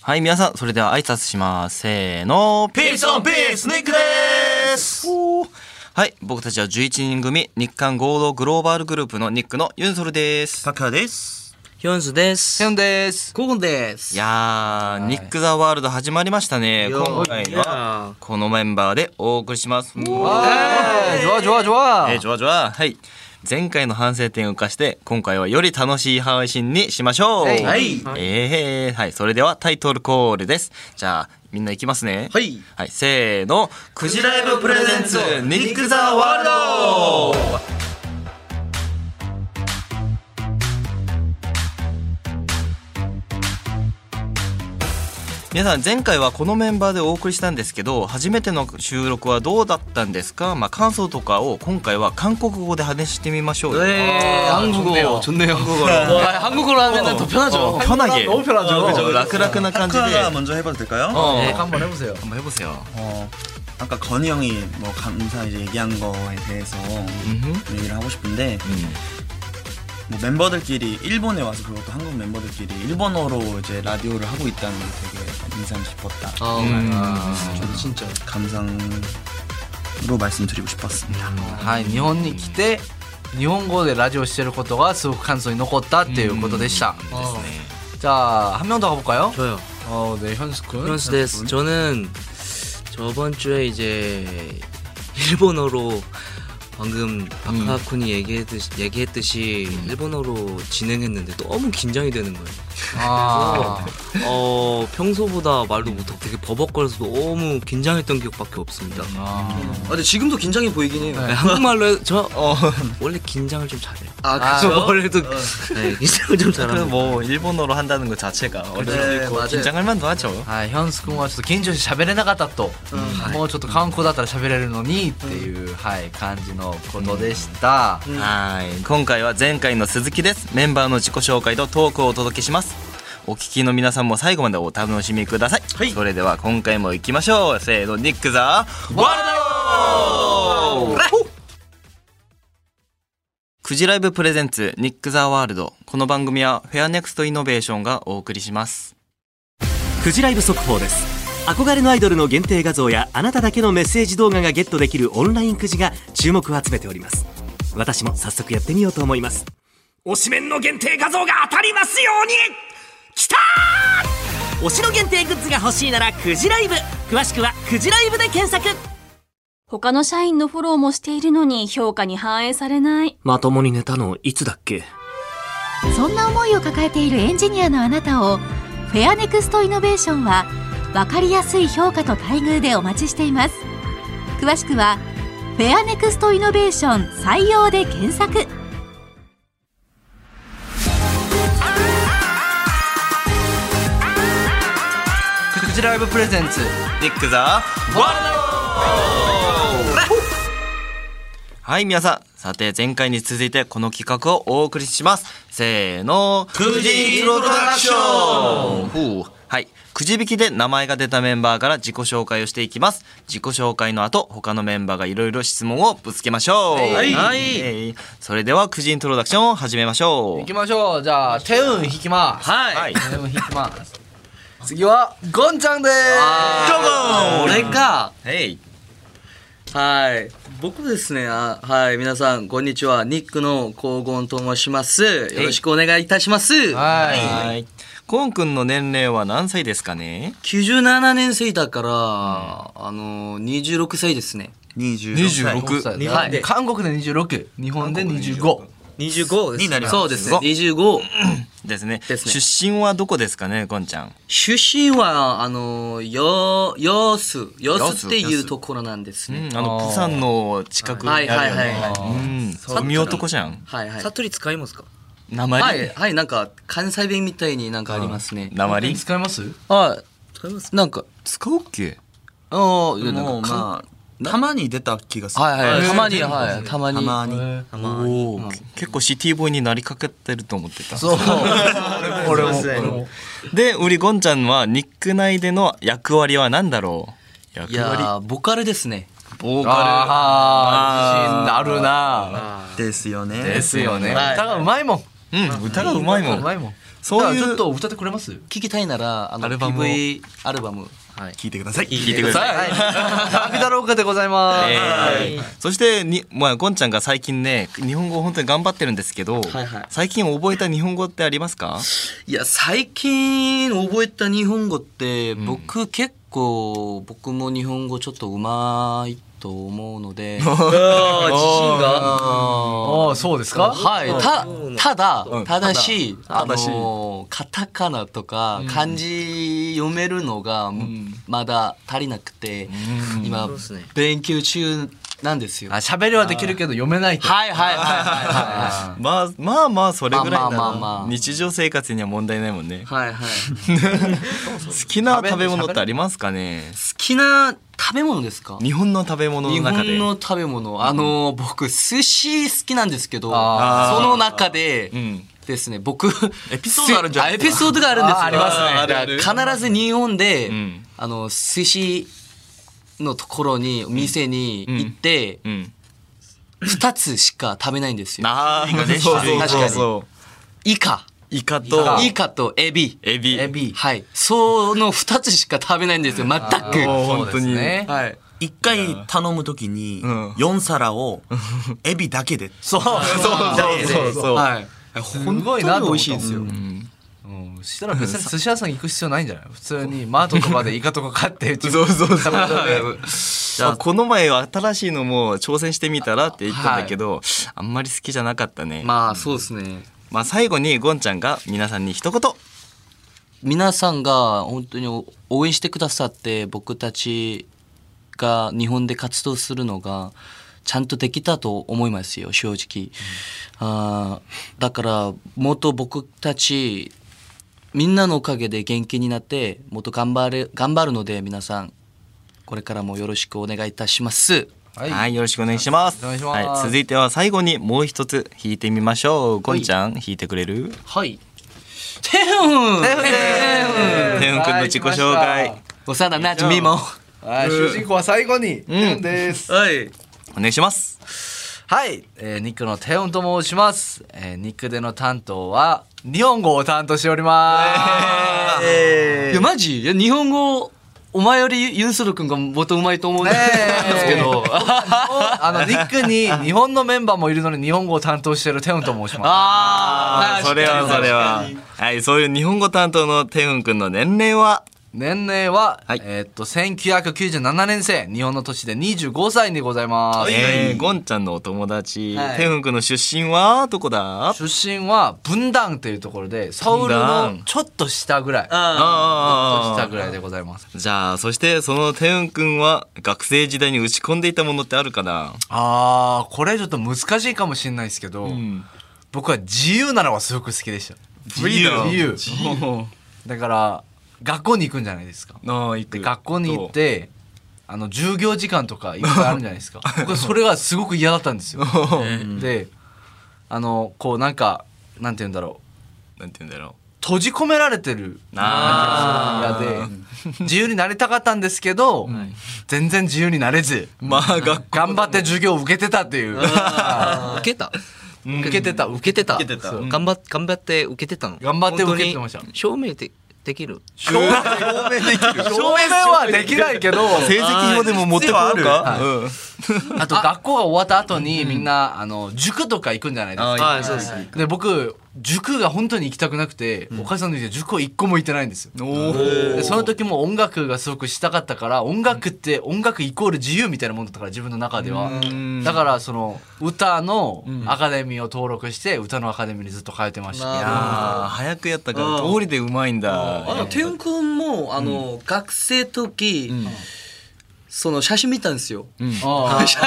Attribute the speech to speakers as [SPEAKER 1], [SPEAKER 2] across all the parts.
[SPEAKER 1] はい、皆さん、それでは挨拶します。せーの。ピースオンピースニックですはい、僕たちは11人組、日韓合同グローバルグループのニックのユンソルです。
[SPEAKER 2] タカです。
[SPEAKER 3] ヒョンスです。
[SPEAKER 4] ヒョンです。
[SPEAKER 3] コウゴンです。
[SPEAKER 1] いやー、ニック・ザ・ワールド始まりましたね。今回は、
[SPEAKER 4] 아.
[SPEAKER 3] は。
[SPEAKER 1] このメンバーでお送りします。
[SPEAKER 4] はい。좋아좋아좋
[SPEAKER 1] えー、
[SPEAKER 4] 아
[SPEAKER 1] じわじわ。はい。前回の反省点を生かして、今回はより楽しい配信にしましょう。
[SPEAKER 4] はいはい
[SPEAKER 1] えー、はい。それではタイトルコールです。じゃあ、みんな行きますね。
[SPEAKER 3] はい。
[SPEAKER 1] はい、せーの。クジライブプレゼンツ、ニック・ザ・ワールド皆さん前回はこのメンバーでお送りしたんですけど初めての収録はどうだったんですか、まあ、感想とかを今回は韓国語で話してみましょうよ、
[SPEAKER 4] 네 한국어 좋네요. 한국어로. 한국어로 하면은 더 편하죠.
[SPEAKER 1] 편하게.
[SPEAKER 4] 너무 편하죠.
[SPEAKER 1] 그죠? 라크라크한
[SPEAKER 2] 타카가
[SPEAKER 1] 깐지네.
[SPEAKER 2] 아, 먼저 해봐도 될까요?
[SPEAKER 1] 어.
[SPEAKER 4] 네, 한번 해보세요.
[SPEAKER 1] 한번 해보세요
[SPEAKER 2] 어, 아까 건희 형이 뭐 감사 이제 얘기한 거에 대해서
[SPEAKER 1] 음흠.
[SPEAKER 2] 얘기를 하고 싶은데
[SPEAKER 1] 음.
[SPEAKER 2] 뭐 멤버들끼리 일본에 와서 그것도 한국 멤버들끼리 일본어로 이제 라디오를 하고 있다는 게 되게 인상 깊었다.
[SPEAKER 4] 어,
[SPEAKER 1] 음.
[SPEAKER 4] 저도 진짜.
[SPEAKER 2] 감상으로 말씀드리고 싶었습니다.
[SPEAKER 1] 음.
[SPEAKER 4] はい、日本に来て日本語でラジオしてることがすごく感想に残ったっていうことでした。
[SPEAKER 3] 어,
[SPEAKER 4] 음. 자, 한 명 더 가볼까요?
[SPEAKER 3] 저요.
[SPEAKER 4] 어, 네, 현수 군.
[SPEAKER 3] 현스 데스.
[SPEAKER 5] 그렇죠.
[SPEAKER 3] 저는 저번 주에 이제 일본어로 방금
[SPEAKER 5] 음.
[SPEAKER 3] 박하쿤이 얘기했듯이, 얘기했듯이 일본어로 진행했는데 너무 긴장이 되는 거예요.
[SPEAKER 4] 아,
[SPEAKER 3] 어, 평소보다 말도 못하고 되게 버벅거려서 너무 긴장했던 기억밖에 없습니다.
[SPEAKER 5] 음,
[SPEAKER 4] 아,
[SPEAKER 6] 아, 근데 지금도 긴장해 보이긴 해요.
[SPEAKER 3] 네, 한국말로 해- 저
[SPEAKER 5] 어.
[SPEAKER 3] 원래 긴장을 좀 잘해요.
[SPEAKER 6] 아,
[SPEAKER 4] 아,
[SPEAKER 6] 그쵸?
[SPEAKER 3] 원래도 네, 긴장을 좀
[SPEAKER 1] 그래서
[SPEAKER 3] 잘합니다.
[SPEAKER 1] 뭐 일본어로 한다는 것 자체가 어느
[SPEAKER 6] 네,
[SPEAKER 1] 정도
[SPEAKER 6] 맞아요.
[SPEAKER 1] 긴장할 만도 하죠
[SPEAKER 4] はい、ヒョンス君はちょっと緊張して喋れなかったと、もうちょっと観光だったら喋れるのにっていう、はい、感じのことでした。
[SPEAKER 1] はい今回は前回の鈴木ですメンバーの自己紹介とトークをお届けしますお聞きの皆さんも最後までお楽しみください、それでは今回も行きましょうせーのニック・ザ・ワールドクジライブプレゼンツニック・ザ・ワールドこの番組はフェアネクストイノベーションがお送りします
[SPEAKER 5] クジライブ速報です憧れのアイドルの限定画像やあなただけのメッセージ動画がゲットできるオンラインくじが注目を集めております私も早速やってみようと思います推しメンの限定画像が当たりますようにきたー推しの限定グッズが欲しいならクジライブ詳しくはクジライブで検索
[SPEAKER 7] 他の社員のフォローもしているのに評価に反映されない。
[SPEAKER 5] まともに寝たのいつだっけ
[SPEAKER 8] そんな思いを抱えているエンジニアのあなたをフェアネクストイノベーションは分かりやすい評価と待遇でお待ちしています詳しくはフェアネクストイノベーション採用で検索
[SPEAKER 4] クジライブプレゼンツ
[SPEAKER 1] ニック・ザ・はい、皆さん。さて、前回に続いてこの企画をお送りします。せーの。くじプロダクションはい。くじ引きで名前が出たメンバーから自己紹介をしていきます。自己紹介の後、他のメンバーがいろいろ質問をぶつけましょう。はい。それでは、くじイントロダクションを始めましょ
[SPEAKER 4] 行きましょう。じゃあ、テウン引きます。
[SPEAKER 1] いはい
[SPEAKER 4] テウン引きます。次は、ゴンちゃんです。
[SPEAKER 1] う。
[SPEAKER 6] 俺か。
[SPEAKER 1] はい。
[SPEAKER 6] はい。僕ですね。あはい。皆さん、こんにちは。ニックの高言と申します。よろしくお願いいたします。
[SPEAKER 4] は
[SPEAKER 1] はい。コーンくんの年齢は何歳ですかね
[SPEAKER 6] 97年生だから、あの、26歳ですね。
[SPEAKER 2] 26
[SPEAKER 1] 26
[SPEAKER 4] い。
[SPEAKER 6] 日本で
[SPEAKER 4] 韓国で26、日本で25。
[SPEAKER 6] 25です
[SPEAKER 2] になります
[SPEAKER 6] そうですね。25。
[SPEAKER 1] ですね。
[SPEAKER 6] ですね
[SPEAKER 1] 出身はどこですかね、ゴンちゃん。
[SPEAKER 6] 出身は、あの、よ、よす。よすっていうところなんですね。
[SPEAKER 1] あの、プサンの近くにあるよね。
[SPEAKER 6] はいはいはいは
[SPEAKER 1] うん。海男じゃん。
[SPEAKER 6] はいはい。
[SPEAKER 3] サトリ使いますか？
[SPEAKER 1] 鉛、
[SPEAKER 6] はい、はい、なんか関西弁みたいになんかありますね。
[SPEAKER 1] 鉛
[SPEAKER 4] 使います
[SPEAKER 6] はい、なんか、
[SPEAKER 1] 使うっけ
[SPEAKER 6] ああ、
[SPEAKER 1] 네,
[SPEAKER 6] いやなん
[SPEAKER 2] もう
[SPEAKER 6] かか
[SPEAKER 2] まあたまに出た気がする。
[SPEAKER 6] はいはい、
[SPEAKER 4] えー
[SPEAKER 6] たまに、はい、たまに。
[SPEAKER 2] たまに。
[SPEAKER 6] たまに。
[SPEAKER 1] おお、け結構シティボーイになりかけてると思ってた。
[SPEAKER 4] そう。俺も。
[SPEAKER 1] で、ウリゴンちゃんはニック内での役割は何だろう役
[SPEAKER 6] いや
[SPEAKER 1] 割。
[SPEAKER 6] ー、ボカルですね。
[SPEAKER 1] ボーカ
[SPEAKER 4] ああ、自信あるな。
[SPEAKER 1] 아.
[SPEAKER 2] ですよね。
[SPEAKER 4] ですよね。
[SPEAKER 6] はい
[SPEAKER 4] 歌がうまいもん。
[SPEAKER 1] ル。うん、歌がうまいもん。
[SPEAKER 4] うまいもん。だ
[SPEAKER 1] そう
[SPEAKER 4] から
[SPEAKER 1] い
[SPEAKER 4] ちょっ
[SPEAKER 1] う
[SPEAKER 4] と歌ってくれます
[SPEAKER 6] 聞きたいならあの
[SPEAKER 1] アルバムを
[SPEAKER 6] PV アルバムはい
[SPEAKER 5] 聞いてください。
[SPEAKER 1] 聞いてください。
[SPEAKER 4] はい「涙廊下」でございます、
[SPEAKER 1] えーそしてに、まあ、ゴンちゃんが最近ね日本語を本当に頑張ってるんですけど、
[SPEAKER 6] はいはい
[SPEAKER 1] 最近覚えた日本語ってありますか
[SPEAKER 6] いや最近覚えた日本語って僕、結構僕も日本語ちょっとうまいと思うので自信が
[SPEAKER 4] ああそうですか
[SPEAKER 6] はいたただただし、あ
[SPEAKER 1] だし
[SPEAKER 6] のカタカナとか漢字読めるのがまだ足りなくて、今
[SPEAKER 3] そうですね
[SPEAKER 6] 勉強中なんですよ。
[SPEAKER 4] あ
[SPEAKER 6] はい
[SPEAKER 4] 喋りはできるけど読めないと
[SPEAKER 6] はいはいはいはい。
[SPEAKER 1] まあまあまあそれぐらいなら、
[SPEAKER 6] まあまあまあまあ
[SPEAKER 1] 日常生活には問題ないもんね
[SPEAKER 6] はいはい、好
[SPEAKER 1] 好きな食べ物ってありますかね
[SPEAKER 6] きな食べ物ですか
[SPEAKER 1] 日本の食べ物の
[SPEAKER 6] 日
[SPEAKER 1] 中で
[SPEAKER 6] 本の食べ物あの僕寿司好きなんですけどそ
[SPEAKER 4] あ
[SPEAKER 6] の中で
[SPEAKER 1] ん
[SPEAKER 6] ですね僕エ
[SPEAKER 1] ピソードあるんじゃない
[SPEAKER 6] エピソードがあるんですよ
[SPEAKER 4] あありますね
[SPEAKER 6] だから必ず日本で
[SPEAKER 1] ん
[SPEAKER 6] あの寿司のところにお店に行って
[SPEAKER 1] うん
[SPEAKER 6] 2つしか食べないんですよ
[SPEAKER 1] あーそう
[SPEAKER 2] 아, 네,
[SPEAKER 1] そう
[SPEAKER 6] 確
[SPEAKER 1] そ
[SPEAKER 6] か
[SPEAKER 1] う
[SPEAKER 6] に
[SPEAKER 1] そ
[SPEAKER 6] イ
[SPEAKER 1] う
[SPEAKER 6] カ
[SPEAKER 1] イカと
[SPEAKER 6] イカとエビ
[SPEAKER 1] エビ
[SPEAKER 4] エビ
[SPEAKER 6] はいその2つしか食べないんですよ全
[SPEAKER 1] もう
[SPEAKER 6] く
[SPEAKER 1] 本当に、
[SPEAKER 4] ね
[SPEAKER 6] はい
[SPEAKER 5] 一回頼むときに
[SPEAKER 1] ん
[SPEAKER 5] 4皿をエビだけで。 そう
[SPEAKER 1] そうそうそう、
[SPEAKER 6] はい
[SPEAKER 4] すごいなと美味しいですよ。うんそしたら別に寿司屋さん行く必要ないんじゃない普通にマートとかでイカとか買って自 分で食べる
[SPEAKER 1] まあこの前は新しいのも挑戦してみたらって言ったんだけど、あんまり好きじゃなかったね、ま
[SPEAKER 6] まあそうですね
[SPEAKER 1] あ、最後にゴンちゃんが皆さんに一言
[SPEAKER 6] 皆さんが本当に応援してくださって僕たちが日本で活動するのがちゃんとできたと思いますよ正直、あーだからもっと僕たちみんなのおかげで元気になってもっと頑張れ頑張るので皆さんこれからもよろしくお願いいたします
[SPEAKER 1] は、
[SPEAKER 4] はいい。
[SPEAKER 1] よろしくお願いします
[SPEAKER 4] お願いします
[SPEAKER 1] はい、続いては最後にもう一つ弾いてみましょうゴンちゃん弾いてくれる
[SPEAKER 6] はいテウン
[SPEAKER 1] テウン君の自己紹介
[SPEAKER 6] 幼なじみも
[SPEAKER 4] はい、主人公は最後に、テウンです。
[SPEAKER 6] はい
[SPEAKER 1] お願いします
[SPEAKER 4] はい、えー、ニックのテウンと申します。えー、ニックでの担当は、日本語を担当しております。
[SPEAKER 6] いやマジいや日本語お前よりユンソル君がもっとうまいと思うんですけ ど、
[SPEAKER 4] あの、ニックに日本のメンバーもいるのに日本語を担当しているテウンと申しま
[SPEAKER 6] あー
[SPEAKER 1] それはそれははいそういう日本語担当のテウン君の年齢は
[SPEAKER 4] す。年齢は、
[SPEAKER 1] はい
[SPEAKER 4] えーっと、1997年生、日本の年で25歳でございます。
[SPEAKER 1] えー、ゴンちゃんのお友達、
[SPEAKER 6] はい
[SPEAKER 1] テウン君の出身はどこだ
[SPEAKER 4] 出身は分断っていうところでソウルのちょっと下ぐらいちょっと
[SPEAKER 1] あ
[SPEAKER 4] 下ぐらいでございます
[SPEAKER 1] じゃあそしてそのテウン君は学生時代に打ち込んでいたものってあるかな
[SPEAKER 4] あーこれちょっと難しいかもしれないですけど、僕は自由なのがすごく好きでした
[SPEAKER 1] 自由
[SPEAKER 4] 自由 だから学校に行くんじゃないですか
[SPEAKER 1] あ行く
[SPEAKER 4] で学校に行ってあの授業時間とかいっぱいあるんじゃないですか僕それがすごく嫌だったんですよであのこうなんかなんて言うんだろう
[SPEAKER 1] なんて言うんだろ
[SPEAKER 4] 閉じ込められてる
[SPEAKER 1] うあ
[SPEAKER 4] 嫌で自由になりたかったんですけど、全然自由になれず
[SPEAKER 1] ーまあ学
[SPEAKER 4] 頑張って授業を受けてたっていう
[SPEAKER 6] 受けた
[SPEAKER 4] 受けてた受けてた
[SPEAKER 6] 受けてた
[SPEAKER 4] そう
[SPEAKER 3] 頑張っ頑張って受けてたの
[SPEAKER 4] 頑張って受けてました
[SPEAKER 3] 本当に証明でできる
[SPEAKER 1] 証明できる
[SPEAKER 4] 証明はできないけど
[SPEAKER 1] 成績表でも持ってこようかうん
[SPEAKER 4] あと学校が終わった後にみんなあの塾とか行くんじゃないですか
[SPEAKER 3] はいそうです
[SPEAKER 4] で僕塾が本当に行きたくなくて、お母さんの家で塾を一個も行ってないんですよでその時も音楽がすごくしたかったから音楽って音楽イコール自由みたいなもんだったから自分の中ではだからその歌のアカデミーを登録して歌のアカデミーにずっと通ってました、
[SPEAKER 1] あー早くやったから通りでうまいんだ
[SPEAKER 6] あの天君もあの、学生時、その写真見たんですよ。
[SPEAKER 4] あ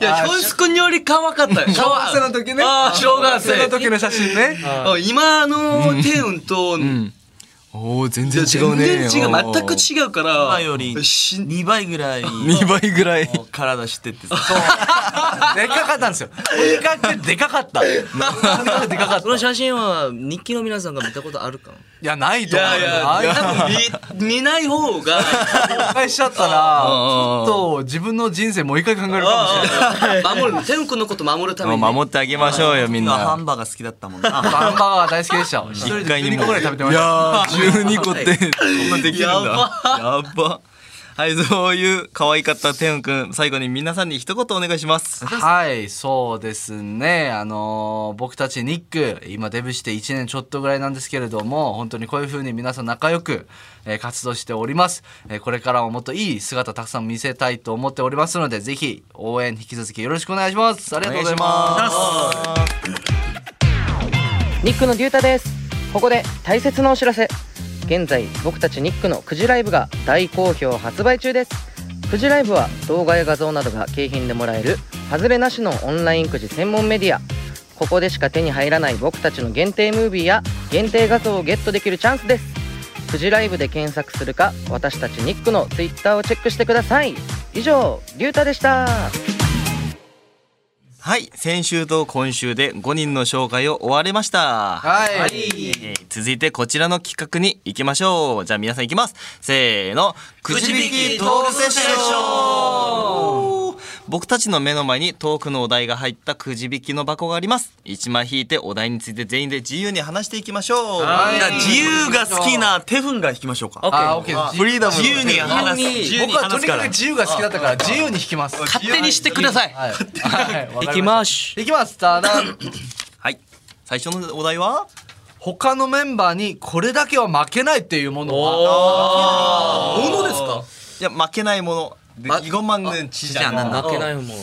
[SPEAKER 6] いやヒョンス君より可愛かったよ。
[SPEAKER 4] 小学生の時ね
[SPEAKER 6] あー小学生
[SPEAKER 4] の時の写真ね
[SPEAKER 6] あ今の天君と、
[SPEAKER 4] おお全然違う
[SPEAKER 9] 全
[SPEAKER 4] ね
[SPEAKER 9] 然違う全く
[SPEAKER 4] う
[SPEAKER 9] 違うから
[SPEAKER 2] 今より
[SPEAKER 9] し
[SPEAKER 2] 2倍ぐらい
[SPEAKER 4] 2倍ぐらい
[SPEAKER 2] もう体してってさ
[SPEAKER 4] でかかったんですよとにかくでかかったとにかくでかかっ
[SPEAKER 3] そ
[SPEAKER 4] た
[SPEAKER 3] の
[SPEAKER 4] い
[SPEAKER 3] 写真は日記の皆さんが見たことあるか
[SPEAKER 4] やない
[SPEAKER 9] い
[SPEAKER 4] と思う
[SPEAKER 9] やい
[SPEAKER 4] ああいうの
[SPEAKER 9] や多分見見ない方 が
[SPEAKER 4] 崩壊しちゃったらちょっと自分の人生もう一回考えるかもしれない
[SPEAKER 3] 守る天君のこと守るためにね、
[SPEAKER 1] 守ってあげましょうよみん
[SPEAKER 2] ハ
[SPEAKER 1] な
[SPEAKER 2] ンバーガー好きだったもんな
[SPEAKER 4] ハンバーガー大好きでした一人で12個ぐらい食べてました
[SPEAKER 1] 12個ってそんなできるんだやばはいそういう可愛かったてんくん最後に皆さんに一言お願いします
[SPEAKER 4] はい、そうですね。あのー僕たちニック、今デビューして1年ちょっとぐらいなんですけれども、本当にこういう風に皆さん仲良く、えー活動しております、えーこれからももっといい姿たくさん見せたいと思っておりますので、ぜひ応援引き続きよろしくお願いします。ありがとうございます。
[SPEAKER 10] ニックのデュータですここで大切なお知らせ現在僕たちニックのくじライブが大好評発売中ですくじライブは動画や画像などが景品でもらえるハズレなしのオンラインくじ専門メディアここでしか手に入らない僕たちの限定ムービーや限定画像をゲットできるチャンスですくじライブで検索するか私たちニックの Twitter をチェックしてください以上デュータでした
[SPEAKER 1] はい先週と今週で5人の紹介を終われました
[SPEAKER 4] はい
[SPEAKER 1] えー続いてこちらの企画に行きましょうじゃあ皆さん行きますせーのくじ引きトークセッション僕たちの目の前にトークのお題が入ったくじ引きの箱があります1枚引いてお題について全員で自由に話していきましょう
[SPEAKER 4] はい
[SPEAKER 2] じゃあ自由が好きなテフンが弾きましょうか
[SPEAKER 4] あー、OK です。
[SPEAKER 2] リーダム自由に話す自由に
[SPEAKER 4] 僕はと
[SPEAKER 2] 話す
[SPEAKER 4] に
[SPEAKER 2] か
[SPEAKER 4] からく自由が好きだったから自由に弾きます。
[SPEAKER 9] 勝手にしてください
[SPEAKER 4] はい。はい
[SPEAKER 3] 行きま。し
[SPEAKER 4] いきます。ただ、
[SPEAKER 1] はい最初のお題は
[SPEAKER 4] 他のメンバーにこれだけは負けないっていうものは。
[SPEAKER 9] 物ですか
[SPEAKER 1] いや負けないもので囲碁マングンチじゃん
[SPEAKER 3] ょ負けないもん
[SPEAKER 4] いやー、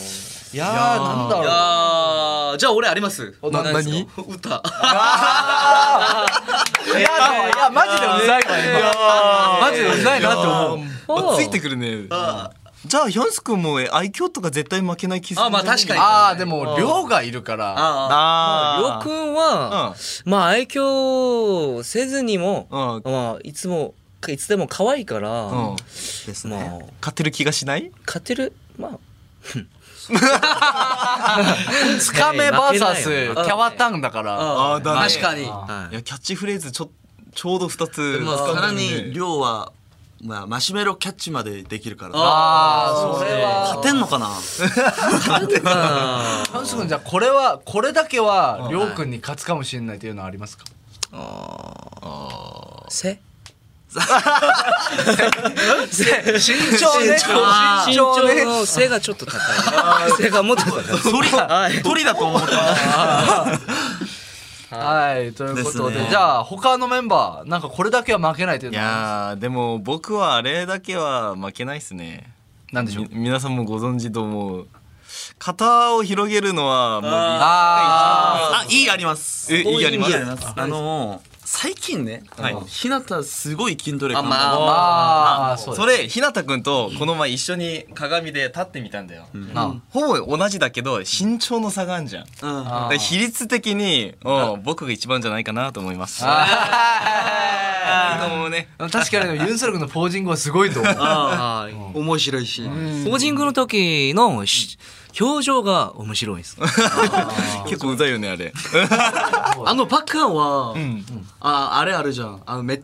[SPEAKER 4] なんだろう。
[SPEAKER 9] あーじゃあ俺あります
[SPEAKER 4] おな何
[SPEAKER 9] 歌歌
[SPEAKER 4] いやいやマジでうざいわ今マジでうざいなって思う
[SPEAKER 1] ついてくるねじゃあヒョンス君もえ愛嬌とか絶対負けない気する
[SPEAKER 9] あまあ確かに
[SPEAKER 4] ああでも量がいるから
[SPEAKER 9] あ
[SPEAKER 3] よ
[SPEAKER 1] あ
[SPEAKER 3] くんは、まあ愛嬌せずにも、
[SPEAKER 1] うん
[SPEAKER 3] まあいつもいつでも可愛いから、
[SPEAKER 1] うん
[SPEAKER 3] ですねまあ
[SPEAKER 1] 勝てる気がしない
[SPEAKER 3] 勝てるま
[SPEAKER 4] つかめバーサスキ
[SPEAKER 3] 負けないよ
[SPEAKER 4] ャワタンだから
[SPEAKER 9] あ
[SPEAKER 1] あだね
[SPEAKER 9] 確かに
[SPEAKER 3] あ、はい
[SPEAKER 1] いやキャッチフレーズちょちょうど2つ
[SPEAKER 2] まあ
[SPEAKER 1] 使う
[SPEAKER 2] さ
[SPEAKER 1] ね
[SPEAKER 2] らに量はまあマシュメロキャッチまでできるから
[SPEAKER 4] ああそれは
[SPEAKER 2] 勝てんのかな
[SPEAKER 3] あー
[SPEAKER 4] ハンス君じゃあこれはこれだけはりょうくんに勝つかもしれないというのはありますか
[SPEAKER 3] せ
[SPEAKER 4] 身長ね
[SPEAKER 3] 身長の背がちょっと高い背がもっと高い
[SPEAKER 2] 鳥だ鳥だと思ってました
[SPEAKER 4] はいということで
[SPEAKER 2] ですね
[SPEAKER 4] じゃあ他のメンバーなんかこれだけは負けないという
[SPEAKER 1] い
[SPEAKER 4] のは
[SPEAKER 1] やーでも僕はあれだけは負けないっすね
[SPEAKER 4] なんでしょう
[SPEAKER 1] み皆さんもご存知と思う型を広げるのはもう
[SPEAKER 4] あ
[SPEAKER 2] あいいあります
[SPEAKER 1] えいいあります
[SPEAKER 2] いあのー最近ねひなたすごい筋トレ頑張
[SPEAKER 4] あ
[SPEAKER 2] っ
[SPEAKER 4] まあそう
[SPEAKER 1] それひなたくんとこの前一緒に鏡で立ってみたんだよ、
[SPEAKER 4] な
[SPEAKER 1] ほぼ同じだけど身長の差があんじゃん
[SPEAKER 2] たうん
[SPEAKER 4] あ
[SPEAKER 1] で比率的にうん僕が一番じゃないかなと思います
[SPEAKER 4] あ
[SPEAKER 1] どうもね
[SPEAKER 4] ー確かにユンソル君のポージングはすごいと思う
[SPEAKER 3] はい
[SPEAKER 9] 面白いし
[SPEAKER 3] ポージングの時のし表情が面白いです。
[SPEAKER 1] 結構うざいよねあれ
[SPEAKER 9] あのバカは
[SPEAKER 1] ん
[SPEAKER 9] ああれあるじゃんあのめっ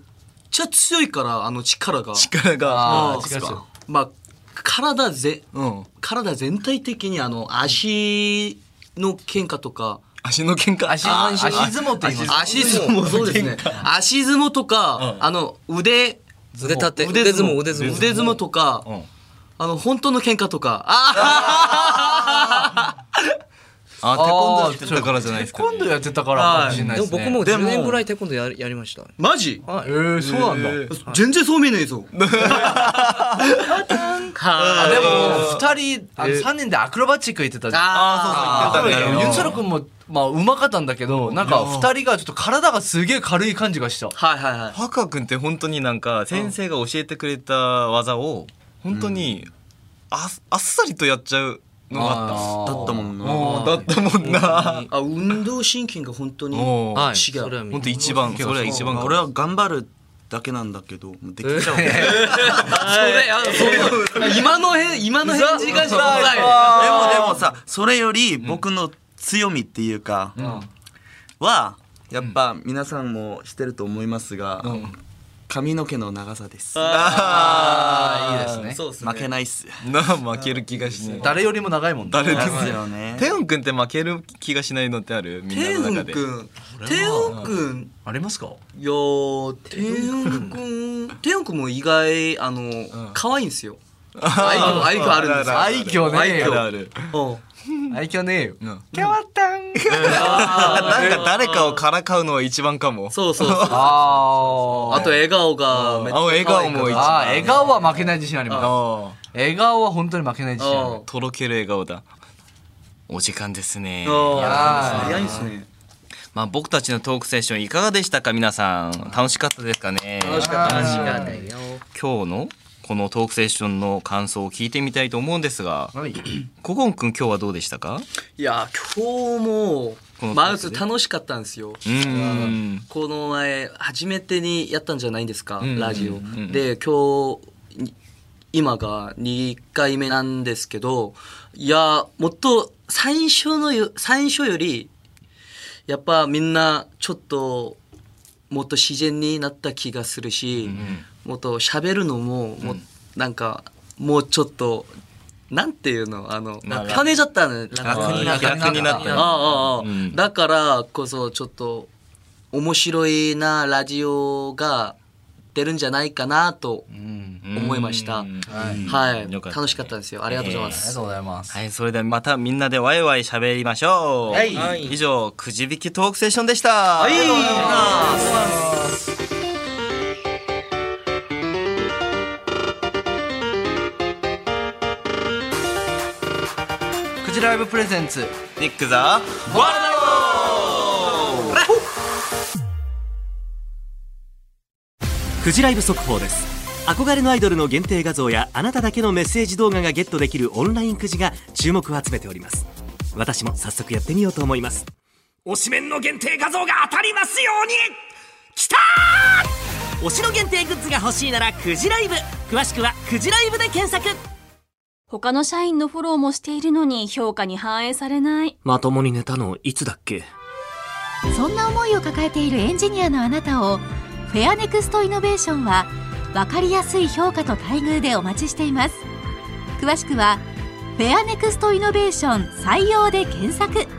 [SPEAKER 9] ちゃ強いからあの力が
[SPEAKER 1] 力が
[SPEAKER 4] あ
[SPEAKER 9] あ
[SPEAKER 4] ー違う違う
[SPEAKER 9] まあ体ぜ
[SPEAKER 1] うん
[SPEAKER 9] 体全体的にあの足の喧嘩とか
[SPEAKER 1] 足の喧嘩
[SPEAKER 4] 足足相撲って言います
[SPEAKER 9] 足相撲そうです ね足相撲とか、あの腕
[SPEAKER 3] 腕立て、腕相撲、腕相撲。
[SPEAKER 9] 腕相撲とか、
[SPEAKER 1] うん
[SPEAKER 9] あの本当の喧嘩とかあ
[SPEAKER 1] あテコンドーやってたからじゃないですか
[SPEAKER 4] 今度やってたからかもしれない
[SPEAKER 3] でも
[SPEAKER 4] ですね
[SPEAKER 3] 僕も
[SPEAKER 2] で
[SPEAKER 3] 10
[SPEAKER 2] も
[SPEAKER 3] 年ぐらいテコンドーやりやりました。
[SPEAKER 9] ーマジ
[SPEAKER 4] えー、そうなんだ、
[SPEAKER 9] 全然そう見えないぞ
[SPEAKER 4] あでも二人あの三人でアクロバチック行ってたじゃん
[SPEAKER 9] あ
[SPEAKER 1] そうそう
[SPEAKER 4] 多
[SPEAKER 1] なる
[SPEAKER 4] 分
[SPEAKER 1] ほど
[SPEAKER 4] ユンソル君もまあうまかったんだけどなんか二人がちょっと体がすげえ軽い感じがした
[SPEAKER 9] はいはいはい
[SPEAKER 1] パカ君って本当になんか先生が教えてくれた技を本当にあ,、あっさりとやっちゃうのがあっ
[SPEAKER 2] だったもんな
[SPEAKER 1] たうんだったもんな
[SPEAKER 9] あ運動神経が本当に違う
[SPEAKER 1] おー
[SPEAKER 3] それは見
[SPEAKER 1] 本当一番それは一番
[SPEAKER 2] 俺は頑張る
[SPEAKER 11] だけなんだけどもうできちゃう、
[SPEAKER 6] それ今のへ今の返事が
[SPEAKER 11] で
[SPEAKER 6] し
[SPEAKER 11] も
[SPEAKER 6] たい
[SPEAKER 11] でもさそれより僕の強みっていうか、はやっぱ皆さんもしてると思いますが、髪の毛の長さです。
[SPEAKER 4] あーいいですね
[SPEAKER 11] そうっすね。負けないっす。
[SPEAKER 1] な負ける気がしない
[SPEAKER 4] 誰よりも長いもんね
[SPEAKER 1] 誰で
[SPEAKER 11] ですよ
[SPEAKER 1] も
[SPEAKER 11] ね。
[SPEAKER 1] テウン君って負ける気がしないのってあるみん
[SPEAKER 6] テ
[SPEAKER 1] なの中で
[SPEAKER 6] ウ君テウ君
[SPEAKER 4] ありますか
[SPEAKER 6] いやーテウ君テウ君も意外あの可愛いんですよ愛嬌愛嬌あるんですよ
[SPEAKER 4] 愛嬌ね
[SPEAKER 6] 愛
[SPEAKER 1] あるあ
[SPEAKER 6] 嬌
[SPEAKER 1] る
[SPEAKER 6] うん
[SPEAKER 4] 愛嬌ねえよ
[SPEAKER 1] なんか誰かをからかうのは一番かも
[SPEAKER 6] そうそうそう
[SPEAKER 4] あ
[SPEAKER 6] あと笑顔がめっちゃ
[SPEAKER 1] あ笑顔も一
[SPEAKER 4] あ
[SPEAKER 1] 番
[SPEAKER 4] 笑顔は負けない自信あります
[SPEAKER 1] あ
[SPEAKER 4] 笑顔は本当に負けない自信あ
[SPEAKER 6] あ
[SPEAKER 4] る
[SPEAKER 1] とろける笑顔だお時間ですね
[SPEAKER 6] あ
[SPEAKER 4] あ
[SPEAKER 11] 早いですね。
[SPEAKER 1] まあ僕たちのトークセッションいかがでしたか皆さん楽しかったですかね
[SPEAKER 6] 楽しかった楽しかったよ
[SPEAKER 1] 今日のこのトークセッションの感想を聞いてみたいと思うんですが
[SPEAKER 4] ーはい
[SPEAKER 1] ココン君今日はどうでしたか
[SPEAKER 6] いや今日も
[SPEAKER 1] この
[SPEAKER 6] マウス楽しかったんですよ
[SPEAKER 1] うーん
[SPEAKER 6] この前初めてにやったんじゃないんですか、
[SPEAKER 1] ん
[SPEAKER 6] ラジオ、
[SPEAKER 1] うんうん
[SPEAKER 6] で今日に今が2回目なんですけどいやもっと最初のよ最初よりやっぱみんなちょっともっと自然になった気がするし、もっと喋るのももう、なんかもうちょっとなんていうのあの
[SPEAKER 1] まあ
[SPEAKER 6] 跳ねちゃったね
[SPEAKER 1] 楽になった楽になっ
[SPEAKER 6] あ
[SPEAKER 1] た
[SPEAKER 6] あああ
[SPEAKER 1] うん
[SPEAKER 6] だからこそちょっと面白いなラジオが出るんじゃないかなと思いました。
[SPEAKER 1] うん
[SPEAKER 6] はい、
[SPEAKER 1] よかったね
[SPEAKER 6] 楽しかったですよ。ありがとうございま
[SPEAKER 4] ありが
[SPEAKER 6] す。
[SPEAKER 4] とうございます
[SPEAKER 1] はいそれではまたみんなでワイワイ喋りましょう、
[SPEAKER 6] はい
[SPEAKER 1] 以上くじ引きトークセッションでした、
[SPEAKER 4] クジライブプレゼンツ
[SPEAKER 1] ニックザ
[SPEAKER 2] くじライブ速報です憧れのアイドルの限定画像やあなただけのメッセージ動画がゲットできるオンラインくじが注目を集めております私も早速やってみようと思います推しメンの限定画像が当たりますようにきたー推しの限定グッズが欲しいならくじライブ詳しくはくじライブで検索
[SPEAKER 7] 他の社員のフォローもしているのに評価に反映されない。
[SPEAKER 2] まともに寝たのいつだっけ
[SPEAKER 8] そんな思いを抱えているエンジニアのあなたをフェアネクストイノベーションは分かりやすい評価と待遇でお待ちしています詳しくはフェアネクストイノベーション採用で検索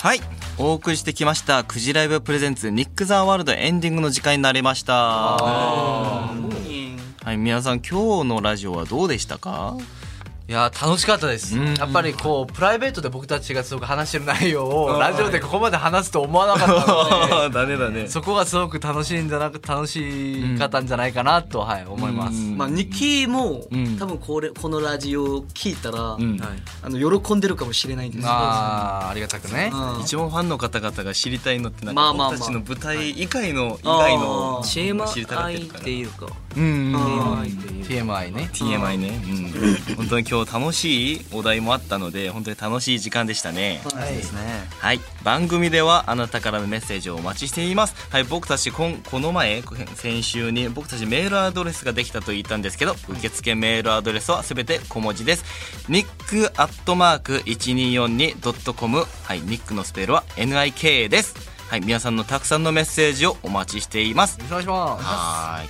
[SPEAKER 1] はいお送りしてきましたくじライブプレゼンツニックザワールドエンディングの時間になりましたはい皆さん今日のラジオはどうでしたか
[SPEAKER 4] いやー楽しかったです、
[SPEAKER 1] うん
[SPEAKER 4] やっぱりこうプライベートで僕たちがすごく話してる内容をラジオでここまで話すと思わなかったの
[SPEAKER 1] ダメだね
[SPEAKER 4] でそこがすごく楽しいんじゃなく楽しかったんじゃないかなと、はい思います、
[SPEAKER 6] まあ日記も、
[SPEAKER 1] ん
[SPEAKER 6] 多分これこのラジオを聞いたら、
[SPEAKER 1] ん
[SPEAKER 6] あの喜んでるかもしれないんですよ。
[SPEAKER 4] あーありがたくね
[SPEAKER 6] うん
[SPEAKER 1] 一番ファンの方々が知りたいのってなん
[SPEAKER 6] ま
[SPEAKER 1] か
[SPEAKER 6] あまあまあ
[SPEAKER 1] 僕たちの舞台以外の以外
[SPEAKER 6] あ
[SPEAKER 1] の
[SPEAKER 6] ー
[SPEAKER 1] 知
[SPEAKER 6] 知
[SPEAKER 1] り
[SPEAKER 6] TMI
[SPEAKER 1] たがってるから
[SPEAKER 6] いうか。
[SPEAKER 1] うんうんうん
[SPEAKER 6] うん
[SPEAKER 4] TMI ね
[SPEAKER 1] TMI ね、 うん、本当に今日楽しいお題もあったので本当に楽しい時間でしたね
[SPEAKER 6] はい
[SPEAKER 11] ですね。
[SPEAKER 1] はい番組ではあなたからのメッセージをお待ちしていますはい僕たちこんこの前先週に僕たちメールアドレスができたと言ったんですけど受付メールアドレスはすべて小文字ですニックアットマーク 1242.com はいニックのスペルは NIK ですはい皆さんのたくさんのメッセージをお待ちしています
[SPEAKER 4] お願いします
[SPEAKER 1] はい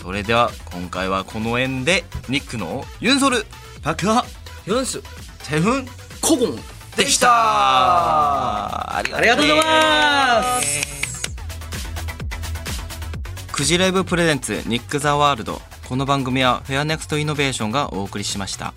[SPEAKER 1] それでは今回はこの縁でニックのユンソル
[SPEAKER 11] 爆破。
[SPEAKER 6] ヨンス
[SPEAKER 4] 手粉
[SPEAKER 6] コゴン
[SPEAKER 1] でしたありがとうございますクジライブプレゼンツニック・ザ・ワールドこの番組はフェアネクストイノベーションがお送りしました